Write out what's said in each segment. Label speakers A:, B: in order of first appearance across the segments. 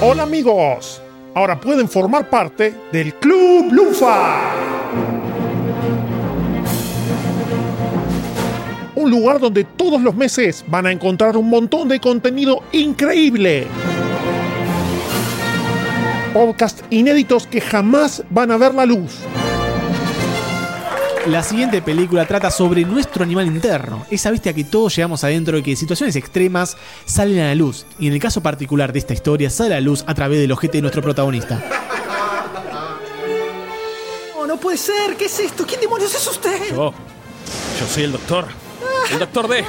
A: Hola amigos, ahora pueden formar parte del Club Lufa. Un lugar donde todos los meses van a encontrar un montón de contenido increíble. Podcasts inéditos que jamás van a ver la luz.
B: La siguiente película trata sobre nuestro animal interno, esa bestia que todos llevamos adentro y que en situaciones extremas salen a la luz. Y en el caso particular de esta historia, sale a la luz a través del ojete de nuestro protagonista.
C: No, no puede ser. ¿Qué es esto? ¿Quién demonios es usted?
D: Yo, yo soy el doctor. El doctor D.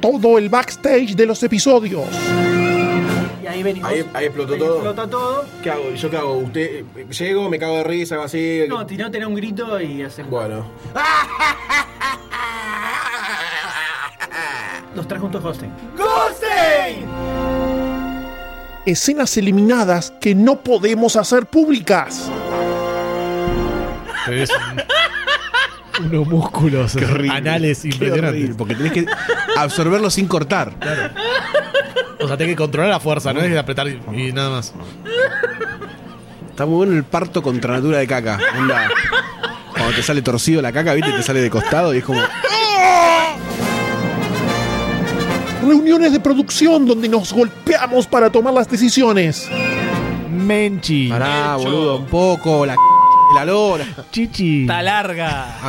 A: Todo el backstage de los episodios.
C: Y ahí venimos.
E: Ahí- ahí explotó todo.
C: Explota todo.
E: ¿Qué hago? ¿Yo qué hago? ¿Usted eh, llego, me cago de risa, hago así?
C: No, tiró, tiró un grito y hacemos.
E: Bueno.
C: Los tres juntos hosting.
A: Escenas eliminadas que no podemos hacer públicas.
F: Te ves un- unos músculos anales impresionantes.
G: Porque tenés que absorberlo sin cortar.
F: O sea, tenés que controlar la fuerza, no es apretar y, y nada más.
G: Está muy bueno el parto contra natura de caca. Onda. Cuando te sale torcido la caca, viste, te sale de costado y es como.
A: Reuniones de producción donde nos golpeamos para tomar las decisiones.
F: Menchi,
G: Pará,
D: Mencho.
G: boludo, un poco, la c la lora.
F: chichi.
B: ¡Está larga! Ah.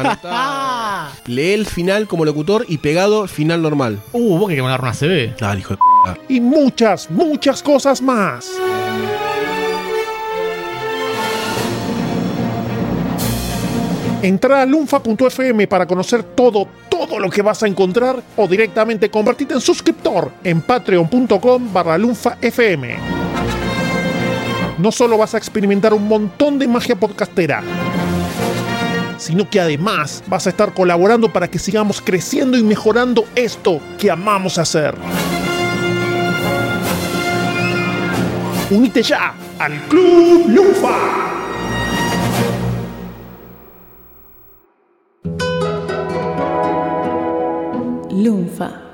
G: Anotá. Lee el final como locutor y pegado final normal.
F: Uh, vos que que mandar una CB.
G: Dale, hijo de c***.
A: Y muchas, muchas cosas más. Entra a lunfa.fm para conocer todo, todo lo que vas a encontrar o directamente convertirte en suscriptor en patreon.com barra lunfafm. No solo vas a experimentar un montón de magia podcastera, sino que además vas a estar colaborando para que sigamos creciendo y mejorando esto que amamos hacer. Unite ya al Club Lufa.
H: Lunfa.